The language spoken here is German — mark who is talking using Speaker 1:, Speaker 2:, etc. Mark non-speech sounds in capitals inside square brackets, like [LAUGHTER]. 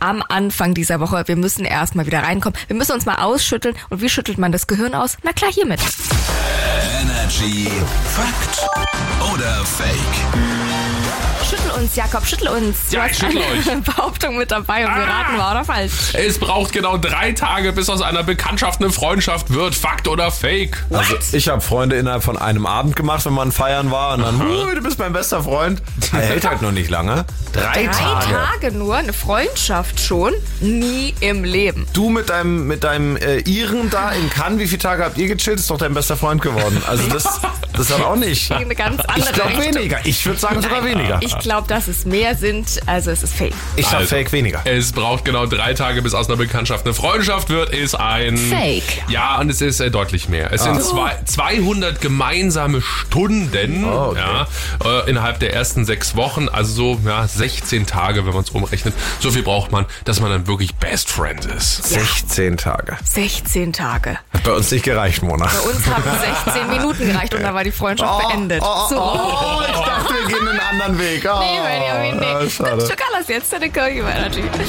Speaker 1: am Anfang dieser Woche. Wir müssen erstmal wieder reinkommen. Wir müssen uns mal ausschütteln. Und wie schüttelt man das Gehirn aus? Na klar, hiermit.
Speaker 2: Energy Fakt oder Fake?
Speaker 1: Schüttel uns, Jakob, schüttel uns. Du
Speaker 3: Ja,
Speaker 1: hast
Speaker 3: ich schüttel
Speaker 1: eine [LAUGHS] Behauptung mit dabei und wir
Speaker 4: Ah!
Speaker 1: raten war oder falsch.
Speaker 3: Es braucht genau drei Tage, bis aus einer Bekanntschaft eine Freundschaft wird. Fakt oder Fake?
Speaker 4: Also ich habe Freunde innerhalb von einem Abend gemacht, wenn man feiern war und dann, hui, du bist mein bester Freund. Er hält halt noch nicht lange. Drei,
Speaker 1: Drei
Speaker 4: Tage.
Speaker 1: Tage nur, eine Freundschaft schon, nie im
Speaker 4: [LAUGHS]
Speaker 1: Leben.
Speaker 4: Du mit deinem, mit deinem äh, Iren da in Cannes, wie viele Tage habt ihr gechillt? Ist doch dein bester Freund geworden. Also das, das hat auch nicht.
Speaker 1: in eine ganz andere
Speaker 4: Ich glaube
Speaker 1: Richtung.
Speaker 4: weniger. Ich würde sagen sogar weniger.
Speaker 1: Ich glaube, dass es mehr sind, also es ist fake.
Speaker 4: Ich sag
Speaker 3: Also.
Speaker 4: Fake weniger.
Speaker 3: Es braucht genau drei Tage, bis aus einer Bekanntschaft eine Freundschaft wird, ist ein...
Speaker 1: Fake.
Speaker 3: Ja, und es ist äh, deutlich mehr.
Speaker 4: Ah.
Speaker 3: Es sind zwei, 200 gemeinsame Stunden
Speaker 4: Oh, okay.
Speaker 3: ja, äh, innerhalb der ersten sechs Wochen. Also so ja, 16 Tage, wenn man es umrechnet. So viel braucht man, dass man dann wirklich Best Friend ist.
Speaker 4: 16 Tage.
Speaker 1: 16 Tage.
Speaker 4: Hat bei uns nicht gereicht, Mona.
Speaker 1: Bei
Speaker 4: [LAUGHS]
Speaker 1: uns haben 16 Minuten gereicht und da war die Freundschaft beendet.
Speaker 4: Oh, oh,
Speaker 1: so.
Speaker 4: oh, ich dachte, wir gehen einen anderen Weg. Oh,
Speaker 1: [LAUGHS] Nee, Benjamin,
Speaker 4: äh,
Speaker 1: nee.
Speaker 4: schade.
Speaker 1: Schokolas jetzt, deine Kirche Energy.